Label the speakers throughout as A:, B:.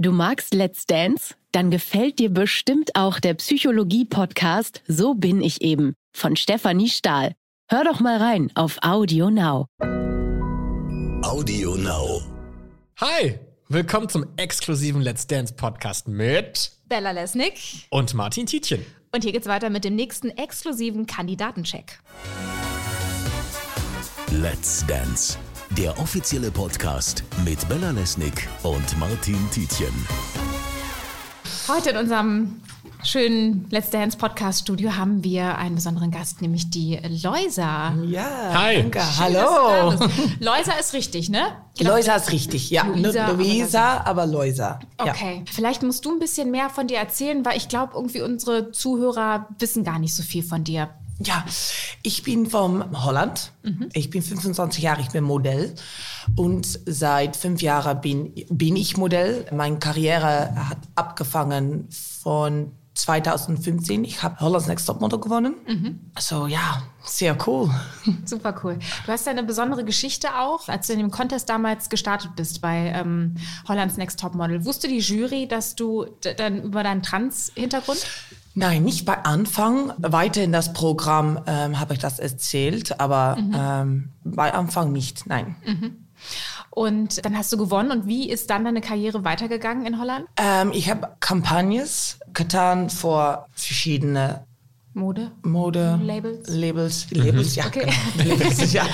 A: Du magst Let's Dance? Dann gefällt dir bestimmt auch der Psychologie-Podcast So bin ich eben von Stefanie Stahl. Hör doch mal rein auf Audio Now.
B: Audio Now.
C: Hi, willkommen zum exklusiven Let's Dance Podcast mit
D: Bella Lesnick.
C: und Martin Tietjen.
D: Und hier geht's weiter mit dem nächsten exklusiven Kandidatencheck.
B: Let's Dance. Der offizielle Podcast mit Bella Lesnick und Martin Tietjen.
D: Heute in unserem schönen Let's Dance Podcast Studio haben wir einen besonderen Gast, nämlich die Loisa.
E: Ja,
C: Hi.
E: danke.
D: Hallo.
E: Hallo.
D: Loisa ist richtig, ne?
E: Loisa ist richtig, ja.
D: Luisa,
E: Luisa,
D: aber
E: Luisa aber Loisa. Ja.
D: Okay. Vielleicht musst du ein bisschen mehr von dir erzählen, weil ich glaube, irgendwie unsere Zuhörer wissen gar nicht so viel von dir.
E: ja, ich bin vom Holland.
D: Mhm.
E: Ich bin 25 Jahre, ich bin Modell. Und seit fünf Jahren bin, bin ich Modell. Meine Karriere hat abgefangen von 2015. Ich habe Hollands Next Top Model gewonnen.
D: Mhm.
E: Also ja, sehr cool.
D: Super cool. Du hast ja eine besondere Geschichte auch, als du in dem Contest damals gestartet bist bei ähm, Hollands Next Topmodel. Wusste die Jury, dass du d- dann über deinen Trans-Hintergrund?
E: Nein, nicht bei Anfang. Weiter in das Programm ähm, habe ich das erzählt, aber
D: Mhm.
E: ähm, bei Anfang nicht, nein.
D: Und dann hast du gewonnen. Und wie ist dann deine Karriere weitergegangen in Holland?
E: Ähm, ich habe Kampagnes getan vor verschiedene
D: Mode?
E: Mode
D: Labels?
E: Labels,
C: Mhm.
E: Labels ja,
D: Okay.
E: genau. Labels, ja.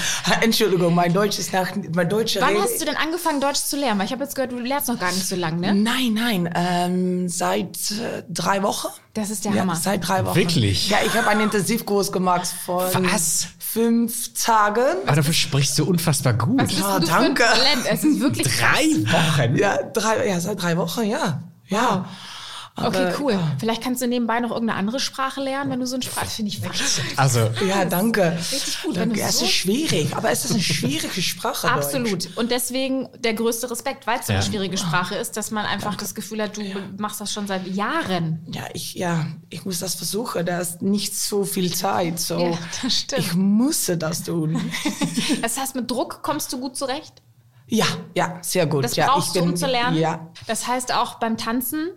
E: Entschuldigung, mein Deutsch ist nach mein deutscher
D: Wann
E: Rede-
D: hast du denn angefangen, Deutsch zu lernen? Weil ich habe jetzt gehört, du lernst noch gar nicht so lange, ne?
E: Nein, nein, ähm, seit äh, drei Wochen.
D: Das ist der
E: ja,
D: Hammer.
E: Seit drei Wochen.
C: Wirklich?
E: Ja, ich habe einen Intensivkurs gemacht von
C: Was?
E: fünf Tagen.
C: Aber dafür sprichst du unfassbar gut.
D: Was bist
E: Ja,
D: denn du für ein
E: danke.
D: Talent? Es ist wirklich
C: Drei Wochen.
E: Ja, drei, ja, seit drei Wochen, ja. Ja.
D: Okay,
E: Aber-
D: cool. Vielleicht kannst du nebenbei noch irgendeine andere Sprache lernen, wenn du so ein Sprach... Finde ich wahnsinnig.
C: Also,
E: Ja, danke.
D: Richtig gut, wenn
E: Danke.
D: du
E: Es
D: so-
E: ist schwierig, aber es ist eine schwierige Sprache. Deutsch.
D: Absolut. Und deswegen der größte Respekt, weil es so eine
C: Ja.
D: schwierige Sprache ist, dass man einfach das Gefühl hat, du machst das schon seit Jahren.
E: Ja, ich, ja, ich muss das versuchen. Da ist nicht so viel Zeit. So.
D: Ja, das stimmt.
E: Ich musste das tun.
D: Das heißt, mit Druck kommst du gut zurecht?
E: ja, ja, sehr gut.
D: Das
E: ja,
D: brauchst
E: ich
D: du,
E: bin-
D: um zu lernen?
E: Ja,
D: Das heißt auch beim Tanzen,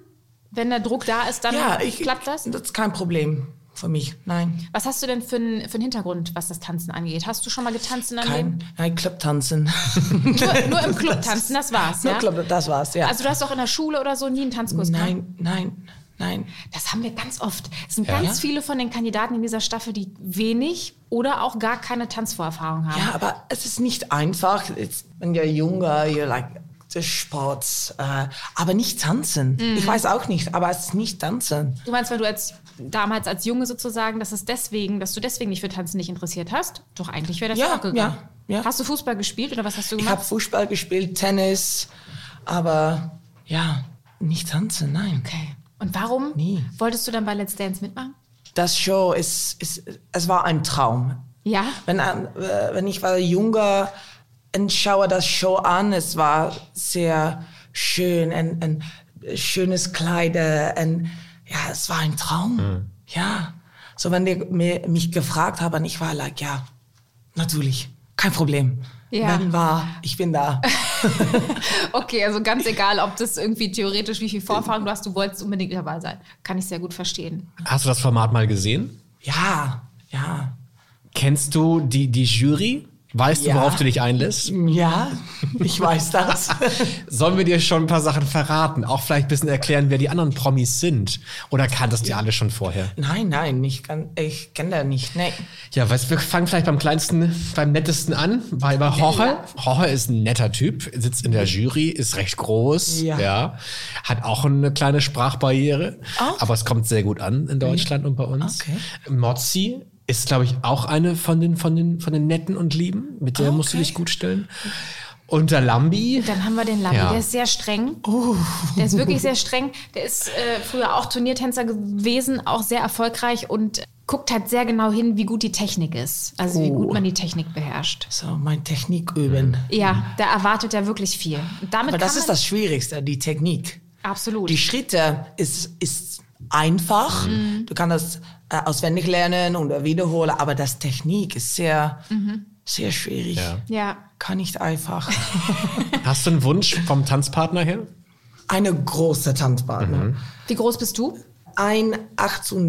D: wenn der Druck da ist, dann
E: ja ich,
D: klappt das?
E: Das ist kein Problem für mich. Nein,
D: Was hast du denn für einen für einen Hintergrund, was das Tanzen angeht? Hast du schon mal getanzt in deinem
E: kein, nein, Clubtanzen.
D: Leben? Nur, nur im Club tanzen, das war's,
E: Nur
D: ja?
E: Club, das war's, ja.
D: Also du hast auch in der Schule oder so nie einen Tanzkurs gehabt?
E: nein, nein, nein.
D: Das haben wir ganz oft. Es sind ganz viele von den Kandidaten in dieser Staffel, die wenig oder auch gar keine Tanzvorerfahrung haben.
E: Ja, aber es ist nicht einfach. It's, when you're younger, you're like the Sports, äh, aber nicht tanzen.
D: Mhm.
E: Ich weiß auch nicht, aber es ist nicht tanzen.
D: Du meinst, weil du als damals als Junge sozusagen, dass es deswegen, dass du deswegen nicht für Tanzen nicht interessiert hast? Doch eigentlich wäre das
E: Ja,
D: auch gegangen.
E: ja, ja.
D: Hast du Fußball gespielt oder was hast du
E: Ich
D: gemacht?
E: habe Fußball gespielt, Tennis, aber ja, nicht tanzen, nein.
D: okay. Und warum
E: Nie.
D: wolltest du dann bei Let's Dance mitmachen?
E: Das Show ist, ist es war ein Traum.
D: Ja.
E: Wenn, ein- äh, wenn ich war junger und schaue das Show an, es war sehr schön, ein, ein schönes Kleide, ein, ja, es war ein Traum. Ja, so wenn die mir, mich gefragt haben, ich war like, ja, natürlich, kein Problem.
D: Ja.
E: Wenn war, ich bin da.
D: Okay, also ganz egal, ob das irgendwie theoretisch wie viel Vorfahren du hast, du wolltest unbedingt dabei sein. Kann ich sehr gut verstehen.
C: hast du das Format mal gesehen?
E: ja, ja,
C: Kennst du die, die Jury? Weißt
E: Ja.
C: du, worauf du dich einlässt?
E: ja, ich weiß das.
C: Sollen wir dir schon ein paar Sachen verraten? Auch vielleicht ein bisschen erklären, wer die anderen Promis sind? Oder kanntest du alle schon vorher?
E: nein, nein, ich, kann- ich kenne da nicht, nee.
C: Ja, weißt, du, wir fangen vielleicht beim kleinsten, beim nettesten an, weil bei Hoche, Hoche ist ein netter Typ, sitzt in der Jury, ist recht groß, ja,
E: Ja.
C: hat auch eine kleine Sprachbarriere,
E: Auch?
C: aber es kommt sehr gut an in Deutschland und bei uns.
E: Okay.
C: Mozzi ist, glaube ich, auch eine von den, von den, von den netten und lieben, mit der musst du
E: Okay.
C: dich gut stellen. Und der Lambi,
D: Dann haben wir den Labi,
C: Ja.
D: der ist sehr streng.
E: Oh.
D: Der ist wirklich sehr streng. Der ist äh, früher auch Turniertänzer gewesen, auch sehr erfolgreich und guckt halt sehr genau hin, wie gut die Technik ist. Also wie
E: Oh.
D: gut man die Technik beherrscht.
E: So, mein Technik üben.
D: Ja, da erwartet er wirklich viel. Und damit
E: Aber das
D: kann
E: ist
D: man,
E: das Schwierigste, die Technik.
D: Absolut.
E: Die Schritte ist, ist einfach. Du kannst das äh, auswendig lernen oder wiederholen, aber das Technik ist sehr, sehr schwierig.
C: Ja.
D: Ja.
E: Kann nicht einfach.
C: hast du einen Wunsch vom Tanzpartner her?
E: eine große Tanzbahn. ne?
C: Mhm.
D: Wie groß bist du?
E: Ein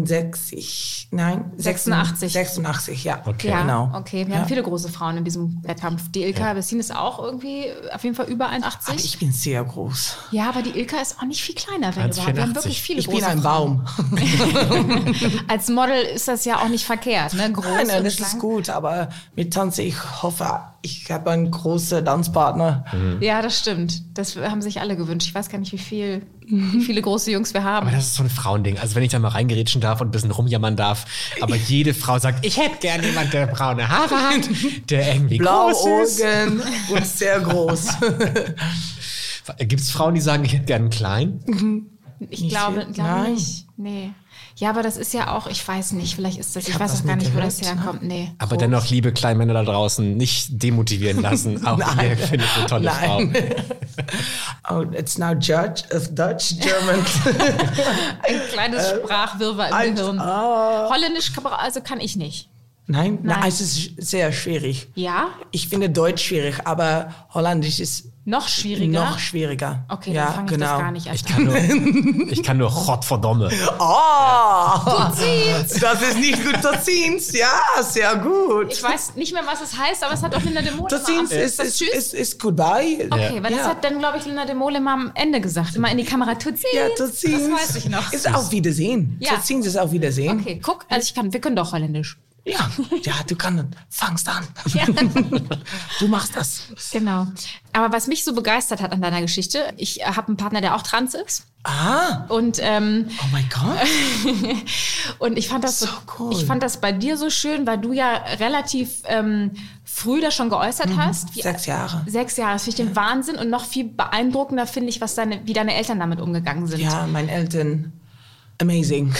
E: 68, nein,
D: 86.
E: 86, ja.
C: Okay.
D: Ja,
E: Genau.
D: okay. Wir haben viele große Frauen in diesem Wettkampf. Die Ilka Bessin ist auch irgendwie auf jeden Fall über 1,80.
E: Aber ich bin sehr groß.
D: ja, aber die Ilka ist auch nicht viel kleiner, wenn überhaupt. Wir haben
C: 1,84.
D: wirklich viele
E: Ich
D: große
E: bin ein
D: Frauen.
E: Baum.
D: Als Model ist das ja auch nicht verkehrt, ne? Groß
E: Nein, nein,
D: und
E: das ist
D: schlank.
E: gut, aber mit Tanzen, ich hoffe, ich habe einen großen Tanzpartner.
D: Ja, das stimmt. Das haben sich alle gewünscht. Ich weiß gar nicht, wie, viel, wie viele große Jungs wir haben.
C: Aber das ist so ein Frauending. Also wenn ich da mal reingerätschen darf und ein bisschen rumjammern darf, aber jede Frau sagt, ich hätte gern jemand, der braune Haare hat, der irgendwie
E: Blaue
C: groß ist.
E: Augen und sehr groß.
C: Gibt es Frauen, die sagen, ich hätte gern einen kleinen?
D: Ich glaube,
E: viel.
D: glaube
E: Nein.
D: nicht. Nee. Ja, aber das ist ja auch, ich weiß nicht, vielleicht ist das, ich,
E: hab
D: weiß
E: das
D: auch gar
E: nie
D: nicht, wo
E: gehört,
D: das herkommt. Nee.
C: Aber dennoch, liebe kleinen Männer da draußen, nicht demotivieren lassen. Auch ihr findet eine tolle
E: Nein.
C: Frau.
E: Oh, it's now judge of Dutch, German.
D: Ein kleines
E: Äh,
D: Sprachwirrwarr im
E: Ein-
D: Gehirn. Holländisch kann, also kann ich nicht.
E: Nein,
D: Nein.
E: nein, es ist sehr schwierig.
D: Ja?
E: Ich finde Deutsch schwierig, aber Holländisch ist
D: Noch schwieriger?
E: noch schwieriger.
D: okay,
E: ja,
D: dann fange ich
E: genau.
D: das gar nicht erst
C: Ich
D: an.
C: kann nur, ich kann nur Gottverdomme.
E: Oh,
D: Tutsis!
E: das ist nicht gut. Totzins, ja, sehr gut.
D: Ich weiß nicht mehr, was es heißt, aber es hat auch Linda de Mole mal am-
E: Totzins ist,
D: das
E: ist,
D: Tschüss.
E: ist, ist goodbye.
D: Okay, weil das
E: Ja.
D: hat dann, glaube ich, Linda de Mole mal am Ende gesagt. Immer in die Kamera, Tutsis!
E: Ja, Totzins.
D: Hm, Das weiß ich noch.
E: Ist auf Wiedersehen.
D: Ja.
E: Totzins ist auf Wiedersehen.
D: Okay, guck, also ich kann, wir können doch Holländisch.
E: Ja, ja, du kannst. Fangst an.
D: Ja.
E: Du machst das.
D: Genau. Aber was mich so begeistert hat an deiner Geschichte, ich habe einen Partner, der auch trans ist.
E: Ah,
D: Und, ähm,
E: oh mein Gott.
D: und ich fand das so,
E: So cool.
D: ich fand das bei dir so schön, weil du ja relativ ähm, früh das schon geäußert hast. Wie,
E: Mhm. Sechs Jahre.
D: Sechs Jahre, das finde ich den Wahnsinn und noch viel beeindruckender finde ich, was deine, wie deine Eltern damit umgegangen sind.
E: Ja, meine Eltern, amazing.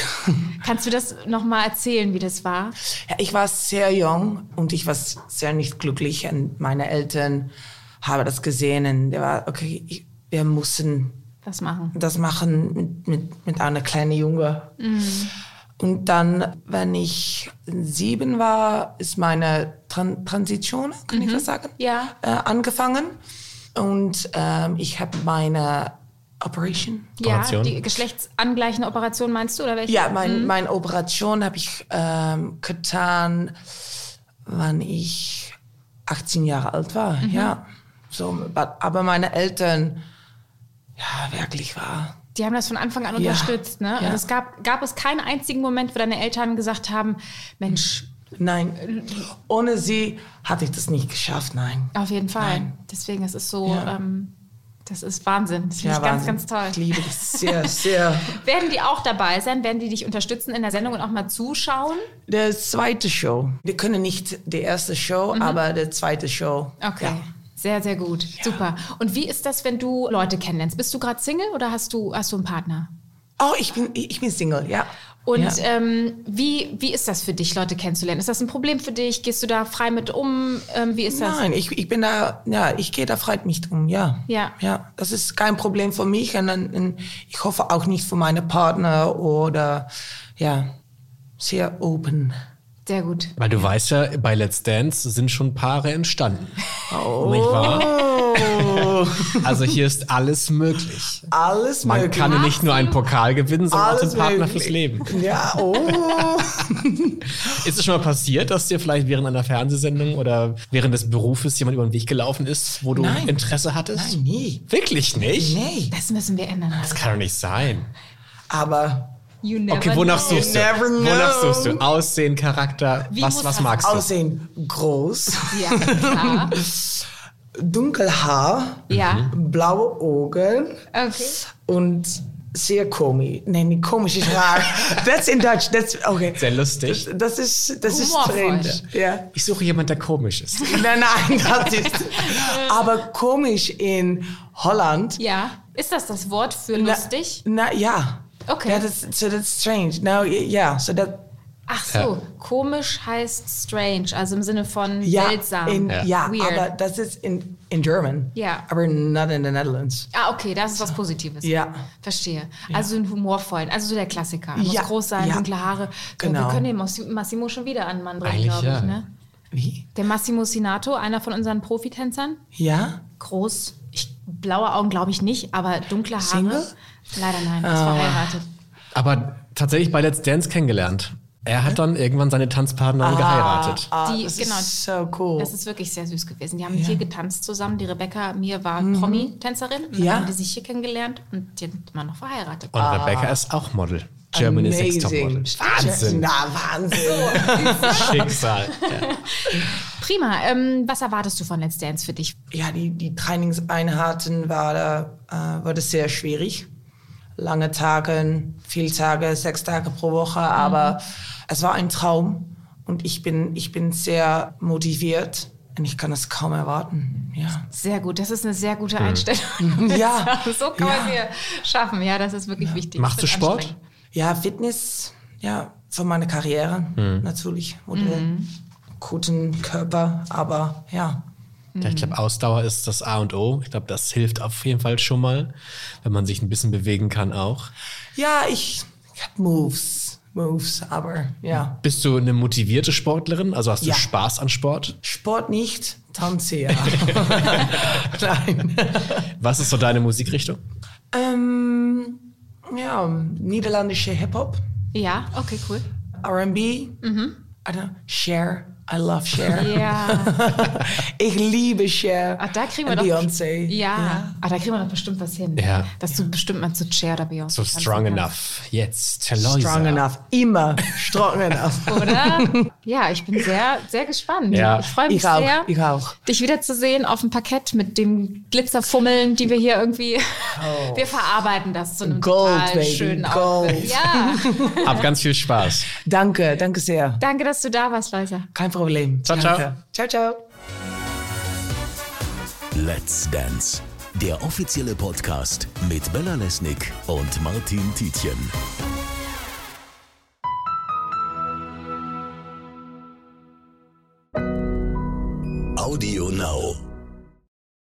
D: Kannst du das nochmal erzählen, wie das war?
E: Ja, Ich war sehr jung und ich war sehr nicht glücklich. Und meine Eltern haben das gesehen und der war, okay, ich, wir müssen
D: Was machen?
E: das machen mit, mit, mit einer kleinen Junge. Und dann, wenn ich sieben war, ist meine Tran Transition, kann ich das sagen?
D: Ja.
E: Äh, angefangen. Und ähm, ich habe meine Operation.
C: Operation?
D: Ja, die geschlechtsangleichende Operation meinst du? Oder welche?
E: Ja, mein, meine Operation habe ich ähm, getan, wann ich 18 Jahre alt war. Ja. So, aber meine Eltern, ja, wirklich war.
D: Die haben das von Anfang an
E: Ja.
D: unterstützt. Ne? Und
E: Ja.
D: es gab, gab es keinen einzigen Moment, wo deine Eltern gesagt haben, Mensch,
E: Nein, ohne sie hatte ich das nicht geschafft, nein.
D: auf jeden Fall.
E: Nein.
D: Deswegen, es ist so,
E: Ja.
D: ähm, das ist Wahnsinn. Das finde ich ganz,
E: Wahnsinn.
D: ganz toll.
E: Ich liebe das sehr, sehr.
D: Werden die auch dabei sein? Werden die dich unterstützen in der Sendung und auch mal zuschauen?
E: Der zweite Show. Wir können nicht die erste Show, aber der zweite Show.
D: Mhm. Okay.
E: Ja.
D: Sehr, sehr gut. Super. Und wie ist das, wenn du Leute kennenlernst? Bist du gerade Single oder hast du, hast du einen Partner?
E: Oh, ich bin, ich bin Single, ja.
D: Und
E: ja.
D: ähm, wie, wie ist das für dich, Leute kennenzulernen? Ist das ein Problem für dich? Gehst du da frei mit um? Ähm, wie ist das?
E: Nein, ich, ich bin da, ja, ich gehe da frei mit um, ja.
D: Ja.
E: Ja, das ist kein Problem für mich und, dann- und ich hoffe auch nicht für meine Partner oder, ja, sehr open.
D: Sehr gut.
C: Weil du weißt ja, bei Let's Dance sind schon Paare entstanden. Oh. Nicht wahr?
D: Oh.
C: Also hier ist alles möglich.
E: Alles
C: Man
E: möglich.
C: kann nicht nur einen Pokal gewinnen, sondern auch
E: Alles
C: den Partner
E: möglich.
C: fürs Leben.
E: Ja, oh.
C: Ist es schon mal passiert, dass dir vielleicht während einer Fernsehsendung oder während des Berufes jemand über den Weg gelaufen ist, wo du
E: Nein.
C: Interesse hattest?
E: Nein, nie.
C: Wirklich nicht?
E: Nee.
D: Das müssen wir ändern.
C: Das kann doch nicht sein.
E: Aber
D: You never
C: Okay, wonach
D: know.
C: suchst du?
E: never know.
C: Wonach suchst du? Aussehen, Charakter,
D: Wie muss
C: was, was
D: das
C: magst du?
E: Aussehen groß,
D: Ja, klar.
E: Dunkelhaar,
D: ja.
E: blaue Augen
D: Okay.
E: und sehr komisch. Nee, nicht komisch, ich war. That's in Dutch, that's okay.
C: Sehr lustig.
E: Das ist, das ist
D: Humorvoll.
E: strange. Ja.
C: Ich suche jemanden, der komisch ist.
E: Nein, nein, das ist. Aber komisch in Holland.
D: Ja. Ist das das Wort für lustig?
E: Na, ja.
D: Okay.
E: That is, so that's strange. Now, yeah, so that.
D: Ach so. Komisch heißt strange, also im Sinne von
E: Ja,
D: seltsam.
E: in, ja.
D: Weird.
E: aber das ist in, in German.
D: Ja.
E: Aber not in the Netherlands.
D: Ah, okay, das ist was Positives.
E: Ja.
D: Verstehe. Also einen humorvollen, also so der Klassiker. Muss
E: Ja,
D: groß sein,
E: ja.
D: dunkle Haare. So,
E: Genau.
D: Wir können den Massi- Massimo schon wieder an den Mann bringen,
C: Eigentlich
D: glaube ich.
C: ja.
D: Ne?
E: Wie?
D: Der Massimo Sinato, einer von unseren Profitänzern.
E: Ja?
D: Groß. Ich Blaue Augen glaube ich nicht, aber dunkle Haare.
E: Single?
D: Leider nein, ist verheiratet.
C: Aber tatsächlich bei Let's Dance kennengelernt. Er hat dann irgendwann seine Tanzpartnerin
E: Ah.
C: geheiratet.
D: Die-
E: das
D: genau.
E: ist so cool.
D: Das ist wirklich sehr süß gewesen. Die haben hier getanzt zusammen. Die Rebecca mir war Promi-Tänzerin. Und
E: Ja.
D: Dann haben die sich hier kennengelernt und die sind immer noch verheiratet.
C: Und
E: Ah.
C: Rebecca ist auch Model. Germany's Next Topmodel. Wahnsinn.
E: Na, Wahnsinn.
C: Schicksal.
D: Prima. Ähm, was erwartest du von Let's Dance für dich?
E: ja, die, die Trainingseinheiten war, äh, wurde sehr schwierig. Lange Tage, viele Tage, sechs Tage pro Woche, aber es war ein Traum und ich bin, ich bin sehr motiviert und ich kann es kaum erwarten. Ja.
D: Sehr gut. Das ist eine sehr gute Einstellung.
E: Mhm. Ja.
D: so kann man es hier schaffen. Ja, das ist wirklich wichtig.
C: Machst
D: Das
C: du
D: ist
C: Sport?
D: anstrengend.
E: Ja, Fitness, ja, für meine Karriere natürlich. Oder
D: Mhm.
E: guten Körper, aber ja.
C: Ja, ich
E: Mhm.
C: glaube, Ausdauer ist das A und O. Ich glaube, das hilft auf jeden Fall schon mal, wenn man sich ein bisschen bewegen kann auch.
E: Ja, ich, ich habe Moves, Moves, aber ja.
C: Bist du eine motivierte Sportlerin? Also hast du
E: Ja.
C: Spaß an Sport?
E: Sport nicht, Tanze ja. Nein.
C: Was ist so deine Musikrichtung?
E: Ähm, ja, niederländische Hip-Hop,
D: Ja, okay, cool.
E: R&B,
D: Mhm.
E: also Cher, I love Cher.
D: Ja.
E: Ich liebe Cher.
D: Ah, da kriegen wir
E: Und
D: doch-
E: Beyoncé.
D: ja. Ah, da kriegen wir doch bestimmt was hin.
C: Ja.
D: Dass du bestimmt mal zu Chair oder Beyoncé
C: So
D: tanzen
C: strong
D: kannst.
C: enough. Jetzt.
E: Strong enough, immer strong enough.
D: Oder? Ja, ich bin sehr, sehr gespannt.
C: Ja.
D: Ich freue mich
E: Ich auch,
D: sehr.
E: ich auch.
D: dich wiederzusehen auf dem Parkett mit dem Glitzerfummeln, die wir hier irgendwie. Wir verarbeiten das zu einem
E: Oh. Gold,
D: total
E: baby,
D: schönen
E: gold.
D: Outfit. Ja,
C: Hab ganz viel Spaß.
E: Danke, danke sehr.
D: danke, dass du da warst, Leute.
E: Kein Problem.
C: Ciao, ciao.
E: Danke. Ciao, ciao.
B: Let's Dance. Der offizielle Podcast mit Bella Lesnick und Martin Tietjen. Audio Now.